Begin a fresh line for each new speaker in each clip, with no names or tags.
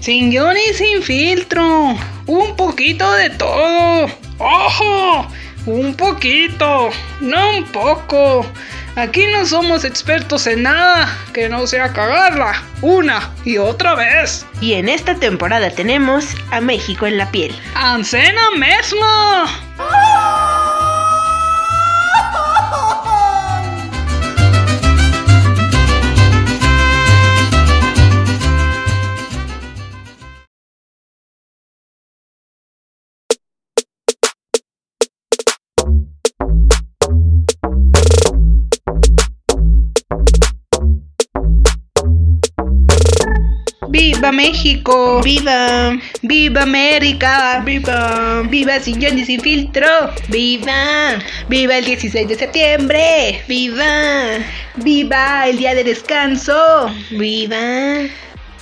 Sin guión y sin filtro. Un poquito de todo. ¡Ojo! Un poquito, no un poco. Aquí no somos expertos en nada que no sea cagarla una y otra vez.
Y en esta temporada tenemos a México en la piel.
¡Ancena mesma! ¡Viva México!
¡Viva!
¡Viva América!
¡Viva!
¡Viva sin guión y sin filtro!
¡Viva!
¡Viva el 16 de septiembre!
¡Viva!
¡Viva el día de descanso!
¡Viva!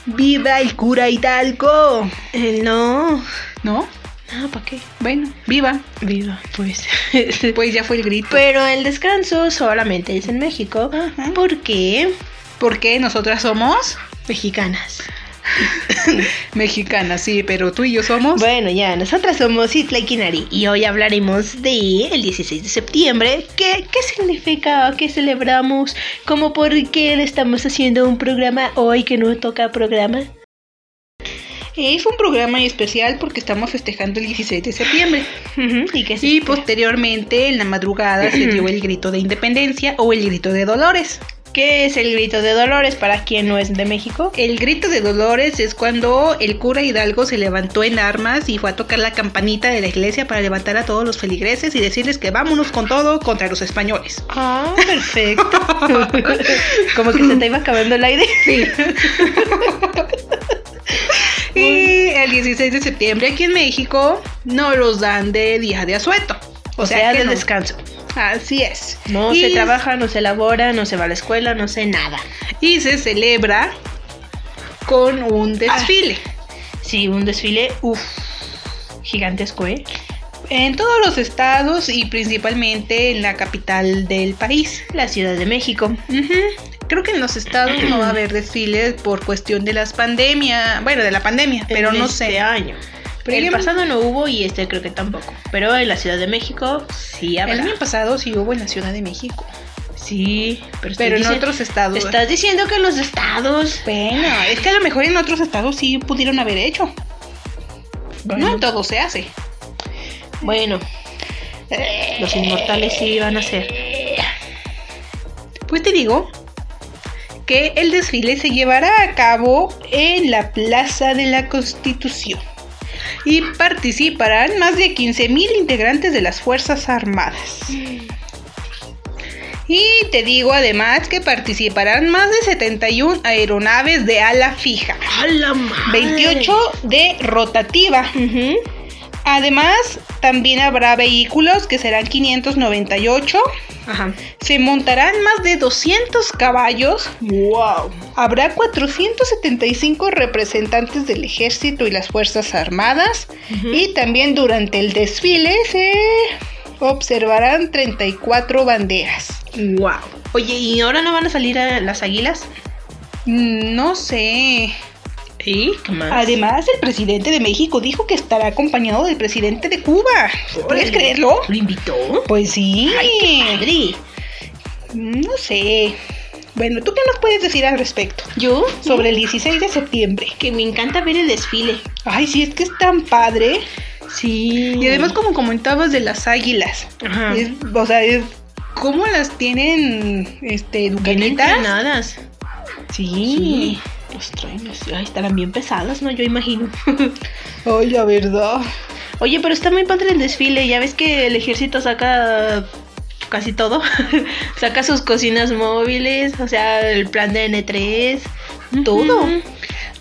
¡Viva el cura Hidalgo!
Eh, no.
¿No?
No, ¿para qué?
Bueno, viva.
Viva, pues.
Pues ya fue el grito.
Pero el descanso solamente es en México.
Ajá.
Porque
Porque nosotras somos
mexicanas.
mexicanas, sí, pero tú y yo somos.
Bueno, ya, nosotras somos Itla y Kinari y hoy hablaremos de el 16 de septiembre. ¿Qué, qué significa? ¿Qué celebramos? ¿Cómo por qué le estamos haciendo un programa hoy que no toca programa?
Es un programa especial porque estamos festejando el 16 de septiembre.
¿Y pues, qué
Y
se
posteriormente, en la madrugada, se dio el grito de independencia o el grito de dolores.
¿Qué es el grito de Dolores para quien no es de México?
El grito de dolores es cuando el cura Hidalgo se levantó en armas y fue a tocar la campanita de la iglesia para levantar a todos los feligreses y decirles que vámonos con todo contra los españoles.
Ah, perfecto. Como que se te iba acabando el aire.
Sí. y el 16 de septiembre aquí en México no los dan de día de asueto.
O, sea,
que
de
no.
descanso.
Así es.
No
Y-
se trabaja, no se elabora, no se va a la escuela, no sé nada.
Y se celebra con un
Ah,
desfile.
Sí, un desfile, uff, gigantesco, ¿eh?
En todos los estados y principalmente en la capital del país.
La Ciudad de México.
Ujú. Creo que en los estados no va a haber desfiles por cuestión de las pandemias. Bueno, de la pandemia, pero
en
no
este
sé.
año.
Pero
el
ya-
pasado no hubo y este creo que tampoco. Pero en la Ciudad de México sí habrá.
El año pasado sí hubo en la Ciudad de México.
Sí, pero, estoy
Pero en
dici-
otros estados.
Estás diciendo que en los estados.
Bueno, es que a lo mejor en otros estados sí pudieron haber hecho. No
Bueno,
en todo se hace.
bueno, los inmortales sí van a ser.
Pues te digo que el desfile se llevará a cabo en la Plaza de la Constitución y participarán más de 15.000 integrantes de las Fuerzas Armadas. Y te digo además que participarán más de 71 aeronaves de ala fija,
¡A la madre!
28 de rotativa.
Ujú.
Además, también habrá vehículos que serán 598.
Ajá.
Se montarán más de 200 caballos
¡Wow!
Habrá 475 representantes del ejército y las Fuerzas Armadas y también durante el desfile se observarán 34 banderas.
¡Wow! Oye, ¿y ahora no van a salir eh, las águilas?
No sé.
¿Y qué más?
Además, el presidente de México dijo que estará acompañado del presidente de Cuba. ¿Puedes
Órale.
creerlo?
¿Lo invitó?
Pues sí. Mm,
¡Ay, qué padre!
No sé. Bueno, ¿tú qué nos puedes decir al respecto?
Yo,
Sobre el 16 de septiembre.
que me encanta ver el desfile.
Ay, sí, es que es tan padre.
Sí.
Y además, como comentabas de las águilas,
Ajá.
es- o sea, es, ¿cómo las tienen este,
bien
educaditas?
entrenadas. Sí. Los traen, así. ay, estarán bien pesadas, ¿no? Yo imagino.
Ay, la verdad.
Oye, pero está muy padre el desfile. Ya ves que el ejército saca casi todo. saca sus cocinas móviles, o sea, el plan de N3, todo.
Ujú.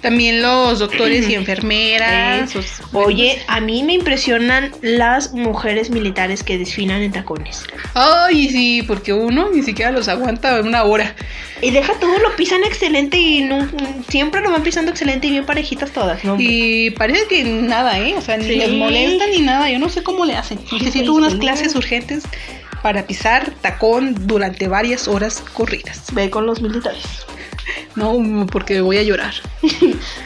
También los doctores y enfermeras.
Eso.
sus-
Oye, a mí me impresionan las mujeres militares que desfilan en tacones.
Ay, sí, porque uno ni siquiera los aguanta una hora.
Y deja todo, lo pisan excelente y no, siempre lo van pisando excelente y bien parejitas todas, ¿no?
Y parece que nada, ¿eh? O sea, ni
Sí.
les molesta ni nada. Yo no sé cómo le hacen. Necesito unas clases urgentes para pisar tacón durante varias horas corridas.
Ve con los militares.
No, porque voy a llorar.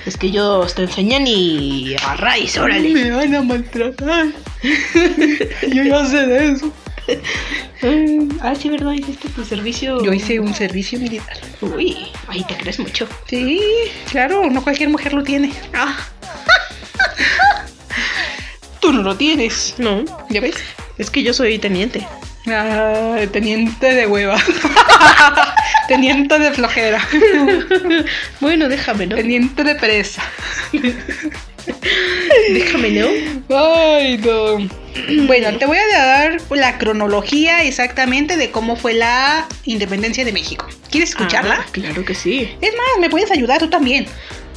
Es que ellos te enseñan y agarráis, órale.
Me van a maltratar. Yo ya sé de eso.
Ah, sí, ¿verdad? Hiciste tu servicio.
Yo hice un servicio militar.
Uy, ahí te crees mucho.
Sí, claro, no cualquier mujer lo tiene.
Ah,
Tú no lo tienes.
no.
¿Ya ves?
Es que yo soy teniente.
Ah, teniente de hueva. teniente de flojera.
Bueno, déjame, ¿no?
Teniente de pereza.
Déjame, ¿no?
Ay, no. Bueno, te voy a dar la cronología exactamente de cómo fue la independencia de México. ¿Quieres escucharla?
Ah, claro que sí.
Es más, me puedes ayudar tú también.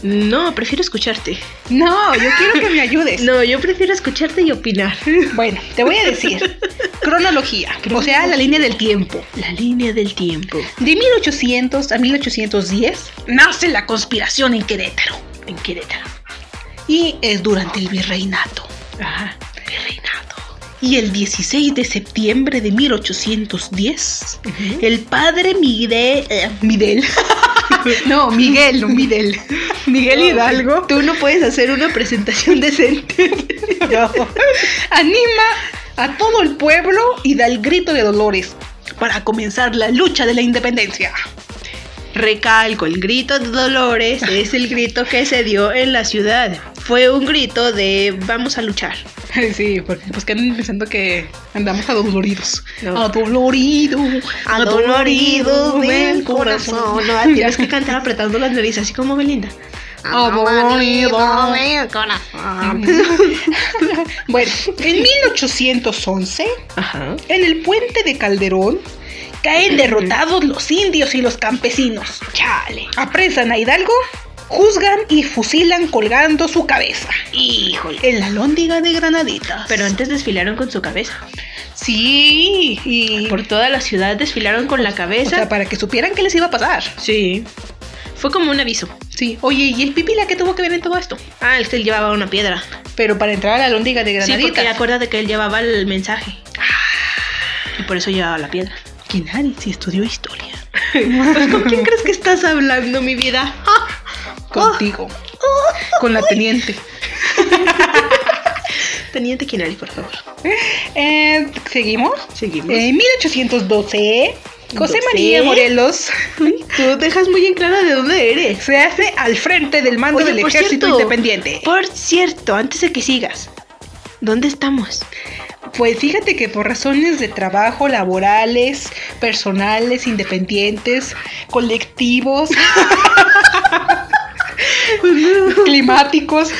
No, prefiero escucharte.
No, yo quiero que me ayudes.
No, yo prefiero escucharte y opinar.
Bueno, te voy a decir. Cronología, o sea, la línea del tiempo.
La línea del tiempo.
De 1800 a 1810 nace la conspiración en Querétaro
En Querétaro.
y es durante el virreinato.
Ajá. Virreinato.
Y el 16 de septiembre de 1810,
Ujú.
el padre Miguel... eh, Miguel. no, Miguel, no Miguel. Miguel Hidalgo
Tú no puedes hacer una presentación decente.
anima a todo el pueblo y da el grito de dolores para comenzar la lucha de la independencia.
Recalco, el grito de Dolores es el grito que se dio en la ciudad. Fue un grito de vamos a luchar.
Sí, porque pues que andan pensando que andamos adoloridos.
No.
Adolorido,
Adolorido del corazón. No, tienes que cantar apretando las narices, así como Belinda.
Adolorido.
del corazón.
bueno, en 1811,
Ajá.
en el puente de Calderón, caen derrotados los indios y los campesinos.
Chale.
Apresan a Hidalgo, juzgan y fusilan colgando su cabeza.
Híjole.
En la lóndiga de Granaditas.
Pero antes desfilaron con su cabeza.
Sí, y...
Por toda la ciudad desfilaron con la
o sea,
cabeza.
para que supieran qué les iba a pasar.
Sí. Fue como un aviso.
Sí. Oye, ¿y el pipila qué tuvo que ver en todo esto?
Ah, es que él llevaba una piedra.
Pero para entrar a la lóndiga de
Sí,
Granaditas.
porque acuérdate que él llevaba el mensaje. Y por eso llevaba la piedra.
Que nadie si estudió historia.
Pues, ¿Con quién crees que estás hablando, mi vida?
Contigo.
Oh,
oh, Con la teniente.
Teniente Kinari, por favor.
Eh, ¿Seguimos? Eh,
Seguimos.
En 1812, José
Doce.
María Morelos
Tú dejas muy en claro de dónde eres.
se hace al frente del mando
Oye,
del
por
ejército
cierto,
independiente.
Por cierto, antes de que sigas, ¿dónde estamos?
Pues fíjate que por razones de trabajo, laborales, personales, independientes, colectivos, climáticos,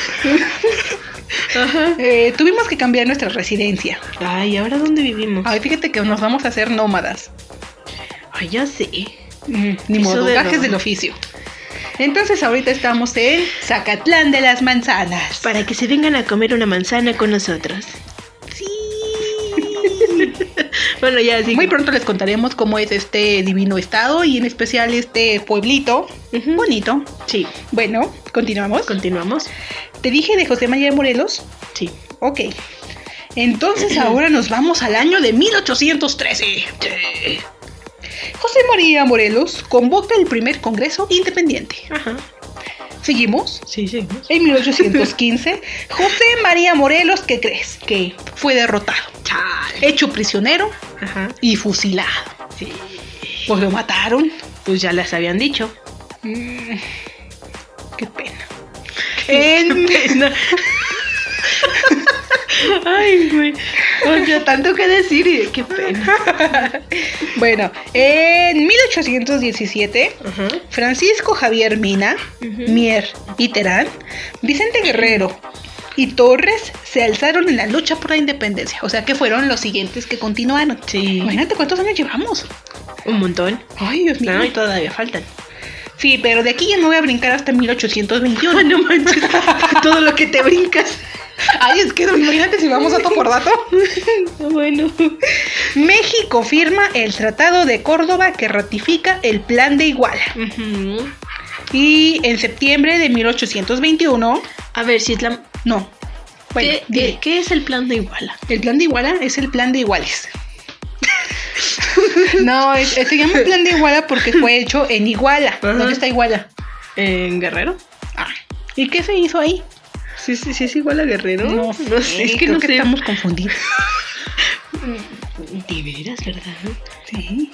Ajá.
eh, tuvimos que cambiar nuestra residencia.
Ay, ¿ahora dónde vivimos?
Ay, fíjate que nos vamos a hacer nómadas.
Ay, ya sé.
Mm, ni
Eso
modo,
de
gajes
no.
del oficio. Entonces ahorita estamos en Zacatlán de las Manzanas.
Para que se vengan a comer una manzana con nosotros.
Sí.
Bueno, ya sí.
Muy pronto les contaremos cómo es este divino estado y en especial este pueblito
Ujú.
bonito.
Sí,
Bueno, continuamos.
continuamos.
Te dije de José María de Morelos.
Sí.
Ok. Entonces ahora nos vamos al año de 1813. José María Morelos convoca el primer Congreso Independiente.
Ajá.
Seguimos.
Sí, seguimos.
En 1815, José María Morelos, ¿qué crees?
¿Qué?
Fue derrotado,
Chale.
hecho prisionero
Ajá.
y fusilado.
Sí.
Pues lo mataron.
Pues ya las habían dicho.
Mm, qué pena.
En... Ay, güey. O sea, tanto que decir y qué pena.
Bueno, en 1817,
Ajá.
Francisco Javier Mina,
Ujú.
Mier y Terán, Vicente Guerrero y Torres se alzaron en la lucha por la independencia. O sea que fueron los siguientes que continuaron.
Sí.
Imagínate cuántos años llevamos.
Un montón.
Ay, Dios mío.
No, y todavía faltan.
Sí, pero de aquí ya no voy a brincar hasta 1821.
Ah, no manches. Todo lo que te brincas.
Ay, es que no, imagínate si vamos dato por dato.
Bueno.
México firma el Tratado de Córdoba que ratifica el Plan de Iguala.
Ujú.
Y en septiembre de 1821,
A ver, si es la...
no. Bueno,
¿Qué- eh,
dime.
¿qué, qué es el plan de Iguala?
El plan de Iguala es el plan de iguales. no, es- se llama plan de Iguala porque fue hecho en Iguala.
Ajá.
¿Dónde está Iguala?
en Guerrero.
Ah,
¿Y qué se hizo ahí? Sí, sí, sí es igual a Guerrero. No, no sé, es que
creo
no
que
sé.
estamos confundidos.
De veras, ¿verdad?
Sí.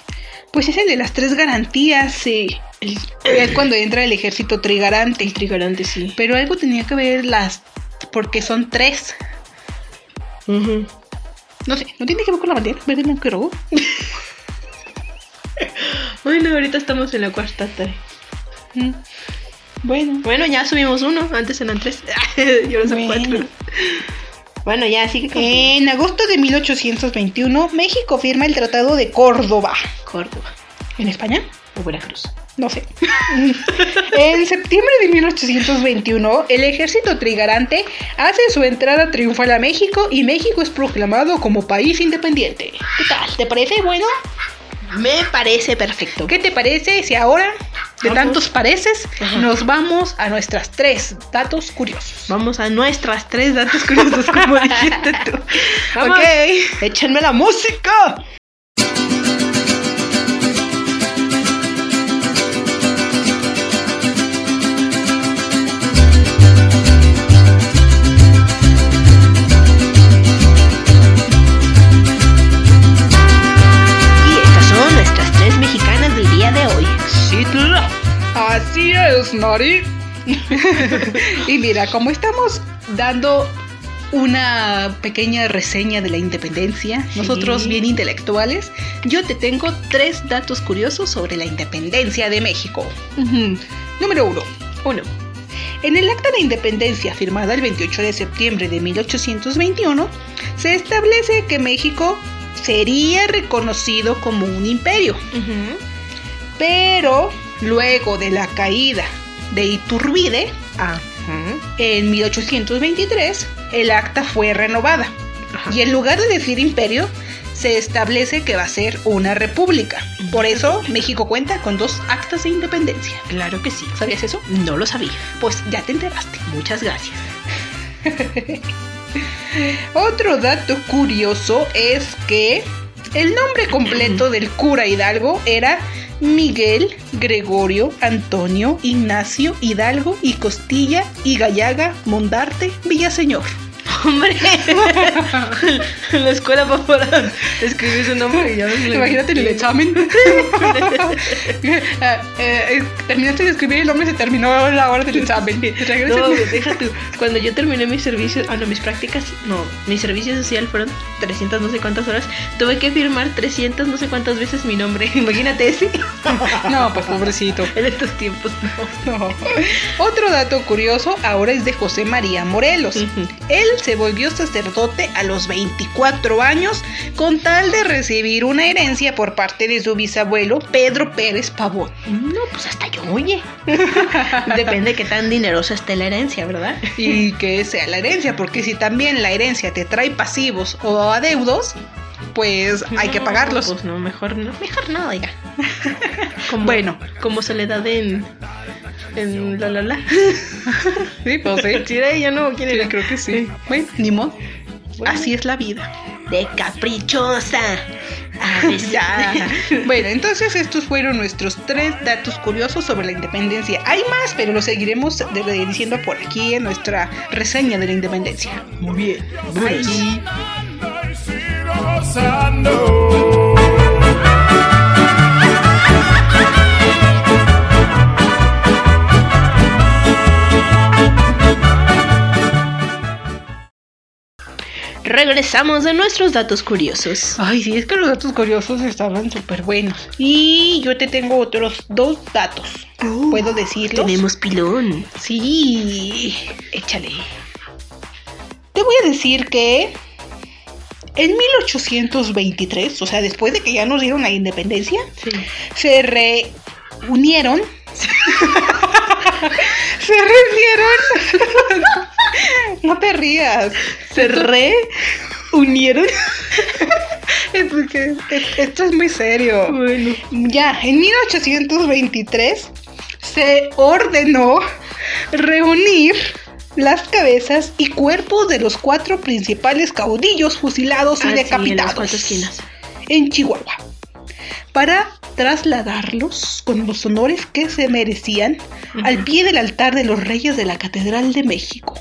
Pues es el de las tres garantías.
Sí, el,
Es cuando entra el ejército trigarante.
el trigarante sí.
Pero algo tenía que ver las. Porque son tres.
Ujú.
No sé, ¿no tiene que ver con la bandera? ¿Verde, blanco y rojo?
Bueno, ahorita estamos en la cuarta tarea.
Mm. Bueno.
Bueno, ya subimos uno, antes eran tres. Yo los
Bueno. Eh.
cuatro. Bueno, ya sigue con
En agosto de 1821, México firma el Tratado de Córdoba.
Córdoba
¿En España?
o Veracruz.
No sé. en septiembre de 1821, el ejército trigarante hace su entrada triunfal a México y México es proclamado como país independiente. ¿Qué tal? ¿Te parece bueno?
Me parece perfecto.
¿Qué te parece si ahora, de
Ajá.
tantos pareces,
Ajá.
nos vamos a nuestras tres datos curiosos?
Vamos a nuestras tres datos curiosos, como dijiste tú.
Vamos.
Ok.
¡Échenme la música!
Y estas son nuestras tres mexicanas del día de hoy.
Así es, Nari. y mira, como estamos dando una pequeña reseña de la independencia,
Sí.
nosotros bien intelectuales, yo te tengo tres datos curiosos sobre la independencia de México. Número uno.
Uno.
En el Acta de Independencia firmada el 28 de septiembre de 1821, se establece que México sería reconocido como un imperio. Pero luego de la caída de Iturbide en 1823, el acta fue renovada
Ajá.
y en lugar de decir imperio, se establece que va a ser una república. Por eso México cuenta con dos actas de independencia.
Claro que sí.
¿Sabías eso?
No lo sabía.
Pues ya te enteraste.
Muchas gracias.
Otro dato curioso es que el nombre completo del cura Hidalgo era Miguel Gregorio Antonio Ignacio Hidalgo y Costilla y Gallaga Mondarte Villaseñor.
Hombre, en la escuela para escribir su nombre y ya me
Imagínate en el examen. Ah, eh, eh, terminaste de escribir el nombre, se terminó la hora del examen. Te regresas.
No, deja tú. Cuando yo terminé mis servicios, ah, no, mis prácticas, no, mi servicio social fueron 300 no sé cuántas horas, tuve que firmar 300 no sé cuántas veces mi nombre. Imagínate ese
no, pues pobrecito.
en estos tiempos. no.
No. Otro dato curioso ahora es de José María Morelos.
Ujú.
Él se volvió sacerdote a los 24 años con tal de recibir una herencia por parte de su bisabuelo Pedro Pérez Pavón.
No, pues hasta yo, oye. Depende de qué tan dinerosa esté la herencia, ¿verdad?
Y que sea la herencia, porque si también la herencia te trae pasivos o adeudos, pues hay que
No,
pagarlos.
Pues no, mejor no, mejor no, oiga. Como,
Bueno.
como soledad en. en la la la.
Sí, pues sí.
Sí, era ella, no, ¿quién
Sí,
era?
creo que sí. Bueno, ni modo.
Bueno.
Así es la vida.
De caprichosa. Ah, A
Ya.
pesar.
Bueno, entonces estos fueron nuestros tres datos curiosos sobre la independencia. Hay más, pero los seguiremos de- de- diciendo por aquí en nuestra reseña de la independencia.
Muy bien.
Ay.
y sigo gozando.
Regresamos de nuestros datos curiosos.
Ay, sí, es que los datos curiosos estaban súper buenos. Y yo te tengo otros dos datos.
Oh,
¿Puedo decirlos?
Tenemos pilón.
Sí, échale. Te voy a decir que en 1823, o sea, después de que ya nos dieron la independencia,
Sí.
se reunieron. se reunieron. no te rías.
Se re unieron.
Es porque es- esto es muy serio.
Bueno.
Ya, en 1823 se ordenó reunir las cabezas y cuerpos de los cuatro principales caudillos fusilados y
Ah, sí, en las
decapitados
cuatro esquinas.
en Chihuahua para trasladarlos con los honores que se merecían al pie del altar de los reyes de la Catedral de México.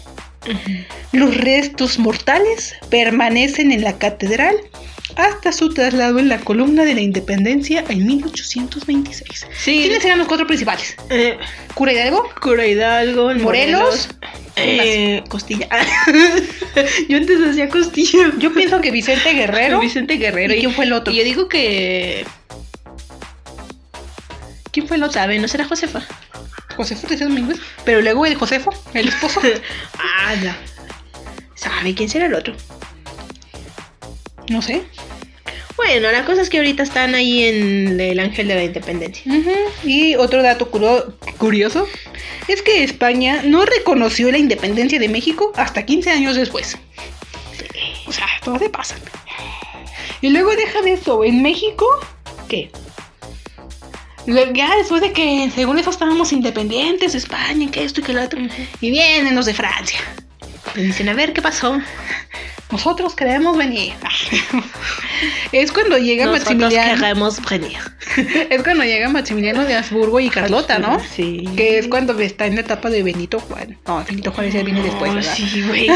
Los restos mortales permanecen en la catedral hasta su traslado en la columna de la independencia en 1826.
Sí.
¿Quiénes eran los cuatro principales?
Eh,
¿Cura Hidalgo?
Cura Hidalgo,
Morelos.
Eh, costilla. yo antes hacía costilla.
Yo pienso que Vicente Guerrero.
Vicente Guerrero.
¿Y quién fue el otro?
Y yo digo que. ¿Quién fue el otro? ¿Sabe? ¿No será Josefa?
Josefo Teixeira Domínguez. Pero luego el Josefo, el esposo.
ah, ya. ¿Sabe quién será el otro?
No sé.
Bueno, la cosa es que ahorita están ahí en el Ángel de la Independencia.
Ujú. Y otro dato curio- curioso es que España no reconoció la independencia de México hasta 15 años después. O sea, todo se pasa. Y luego deja de eso, en México,
¿Qué?
lo- ya después de que según eso estábamos independientes, España, que esto y que lo otro, y vienen los de Francia.
Pues dicen, a ver, ¿qué pasó?
Nosotros queremos venir. es cuando llega
Nosotros
Maximiliano.
queremos venir.
Es cuando llega Maximiliano de Habsburgo y Carlota, ¿no?
Sí.
Que es cuando está en la etapa de Benito Juan. No, Benito Juan ya viene después,
No,
¿verdad?
Oh, sí, güey.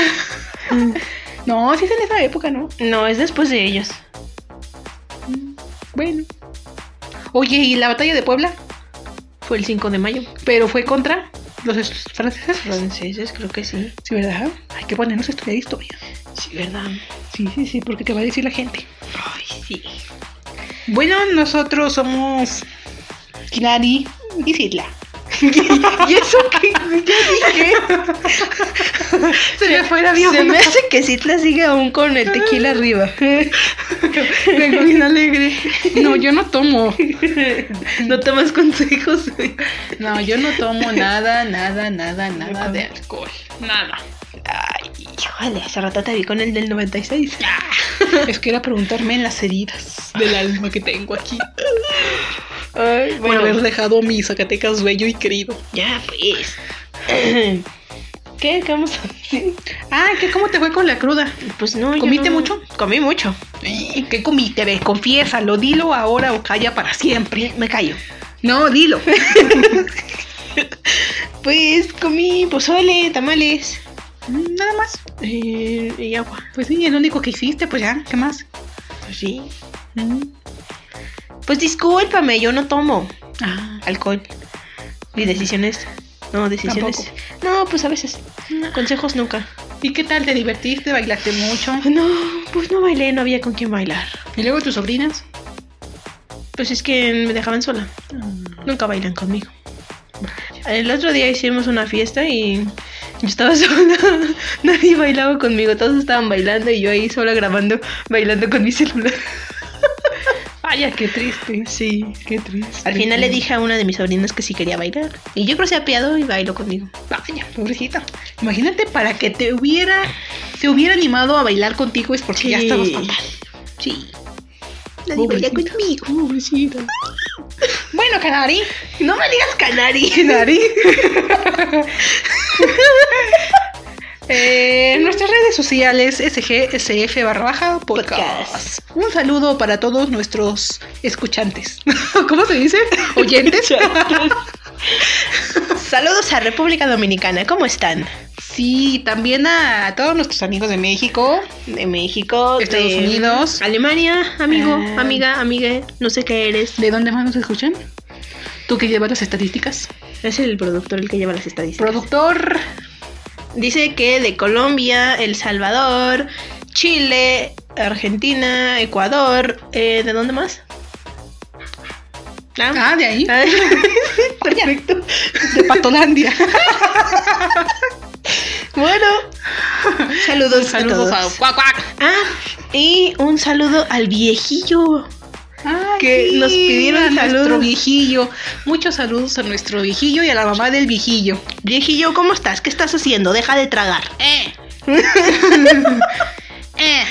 No, sí es en esa época, ¿no?
No, es después de ellos.
Bueno. Oye, ¿y la batalla de Puebla?
Fue el 5 de mayo.
¿Pero fue contra los es- franceses?
Franceses, creo que sí.
Sí, ¿verdad? Hay que ponernos a estudiar historia.
Sí, ¿verdad?
Sí, sí, sí, porque te va a decir la gente.
Ay, sí.
Bueno, nosotros somos Kinari y Sidla.
¿Y eso qué, dije?
Se me fue el avión.
Se me hace que Citla sigue aún con el tequila arriba.
Vengo bien alegre. No, yo no tomo.
No tomas consejos. güey.
No, yo no tomo nada, nada, nada, nada
con-
de alcohol. Nada.
Ay, híjole, hace rato te vi con el del 96.
Es que era preguntarme en las heridas del alma que tengo aquí.
Ay,
Por haber dejado mi Zacatecas bello y querido.
ya pues. ¿Qué? ¿Qué vamos a decir?
Ah, ¿qué, ¿cómo te fue con la cruda?
Pues no, yo
¿Comiste
no-
mucho?
Comí mucho.
¿Y ¿Qué comiste? Ve, confiésalo, dilo ahora o calla para siempre.
Me callo.
No, dilo.
Pues comí pozole, tamales
Mm, Nada más.
eh, y agua.
Pues sí, el único que hiciste, pues ya, ¿qué más?
Pues sí.
Mm.
Pues discúlpame, yo no tomo
Ah,
alcohol. Ni decisiones. No, decisiones.
Tampoco.
No, pues a veces.
No.
Consejos nunca.
¿Y qué tal? ¿Te divertiste? ¿Bailaste mucho?
No, pues no bailé, no había con quién bailar.
¿Y luego tus sobrinas?
Pues es que me dejaban sola.
Mm,
Nunca bailan conmigo. El otro día hicimos una fiesta y yo estaba sola. Nadie bailaba conmigo. Todos estaban bailando y yo ahí sola grabando, bailando con mi celular.
Vaya, qué triste.
Sí.
Qué triste.
Al final le dije a una de mis sobrinas que sí quería bailar. Y yo creo que se ha apiado y bailó conmigo.
Vaya, pobrecita. Imagínate para que te hubiera, se hubiera animado a bailar contigo es porque ya estabas fatal.
Sí. Nadie baila
Pobrecita.
conmigo.
Pobrecita. Bueno, Canari.
No me digas canari.
Canari. Eh, en nuestras redes sociales, sgsf barra baja podcast. Un saludo para todos nuestros escuchantes. ¿Cómo se dice? Oyentes.
Saludos a República Dominicana. ¿Cómo están?
sí, también a todos nuestros amigos de México.
De México,
Estados
de
Unidos.
Alemania, amigo,
Ah.
amiga, amigue, no sé qué eres.
¿De dónde más nos escuchan? Tú que llevas las estadísticas.
Es el productor el que lleva las estadísticas.
Productor.
Dice que de Colombia, El Salvador, Chile, Argentina, Ecuador, eh, ¿de dónde más? Ah.
Ah, de ahí.
Ah,
Perfecto. De Patolandia.
bueno, saludos,
Saludos
a
a
todos.
Cuac Cuac.
Ah, y un saludo al viejillo.
que
sí,
nos pidieron
a
a nuestro
nuestro
viejillo. Muchos saludos a nuestro viejillo y a la mamá del viejillo.
Viejillo, ¿cómo estás? ¿Qué estás haciendo? Deja de tragar.
Eh. eh.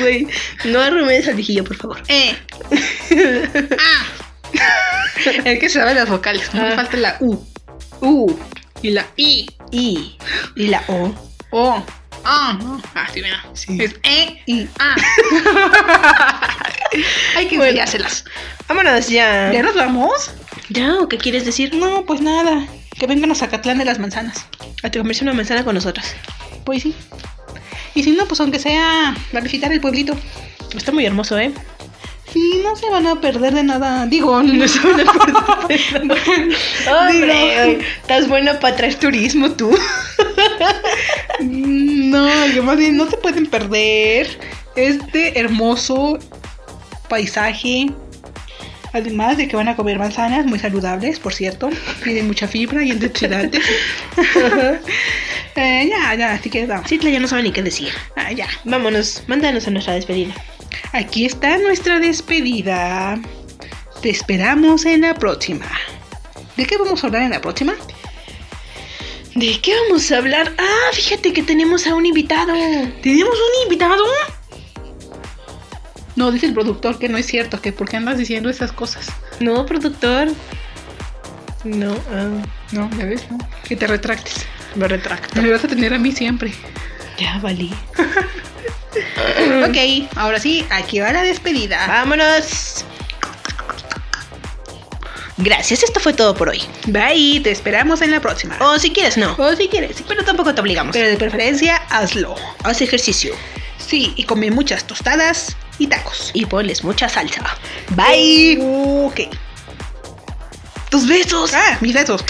Güey, no arrumes al viejillo, por favor.
Eh.
El que se sabe las vocales. No
Ah.
falta la U
Uh,
y la
Y.
I y la O.
O.
Ah, no. Ah, sí, mira.
Sí.
Es E y A. Hay que
Bueno.
enseñárselas.
Vámonos ya.
¿Ya nos vamos?
Ya, ¿o ¿qué quieres decir?
No, pues nada. Que vengan a Zacatlán de las manzanas.
A te comerse una manzana con nosotras.
Pues sí. Y si no, pues aunque sea a visitar el pueblito.
Está muy hermoso, ¿eh?
Sí, no se van a perder de nada. Digo, no se van a perder.
Hombre, estás buena para traer turismo tú.
no, yo más bien no se pueden perder este hermoso paisaje. Además de que van a comer manzanas muy saludables, por cierto. Tienen mucha fibra y antioxidantes. Eh, ya, ya, así que vamos.
Citla ya no sabe ni qué decir.
Ah, ya.
Vámonos, mándanos a nuestra despedida.
Aquí está nuestra despedida. Te esperamos en la próxima. ¿De qué vamos a hablar en la próxima?
¿De qué vamos a hablar? Ah, fíjate que tenemos a un invitado.
¿Tenemos un invitado? No, dice el productor que no es cierto, que por qué andas diciendo esas cosas.
No, productor. No, ah,
No, ya ves, ¿no? Que te retractes.
me retracto.
Me vas a tener a mí siempre.
Ya valí.
ok, ahora sí, aquí va la despedida.
Vámonos. Gracias, esto fue todo por hoy.
Bye, te esperamos en la próxima.
O si quieres, no.
o si quieres,
Pero tampoco te obligamos.
pero de preferencia hazlo.
Haz ejercicio
Sí, y come muchas tostadas y tacos.
y ponles mucha salsa. Bye.
Ok.
Tus besos.
Ah, mis besos.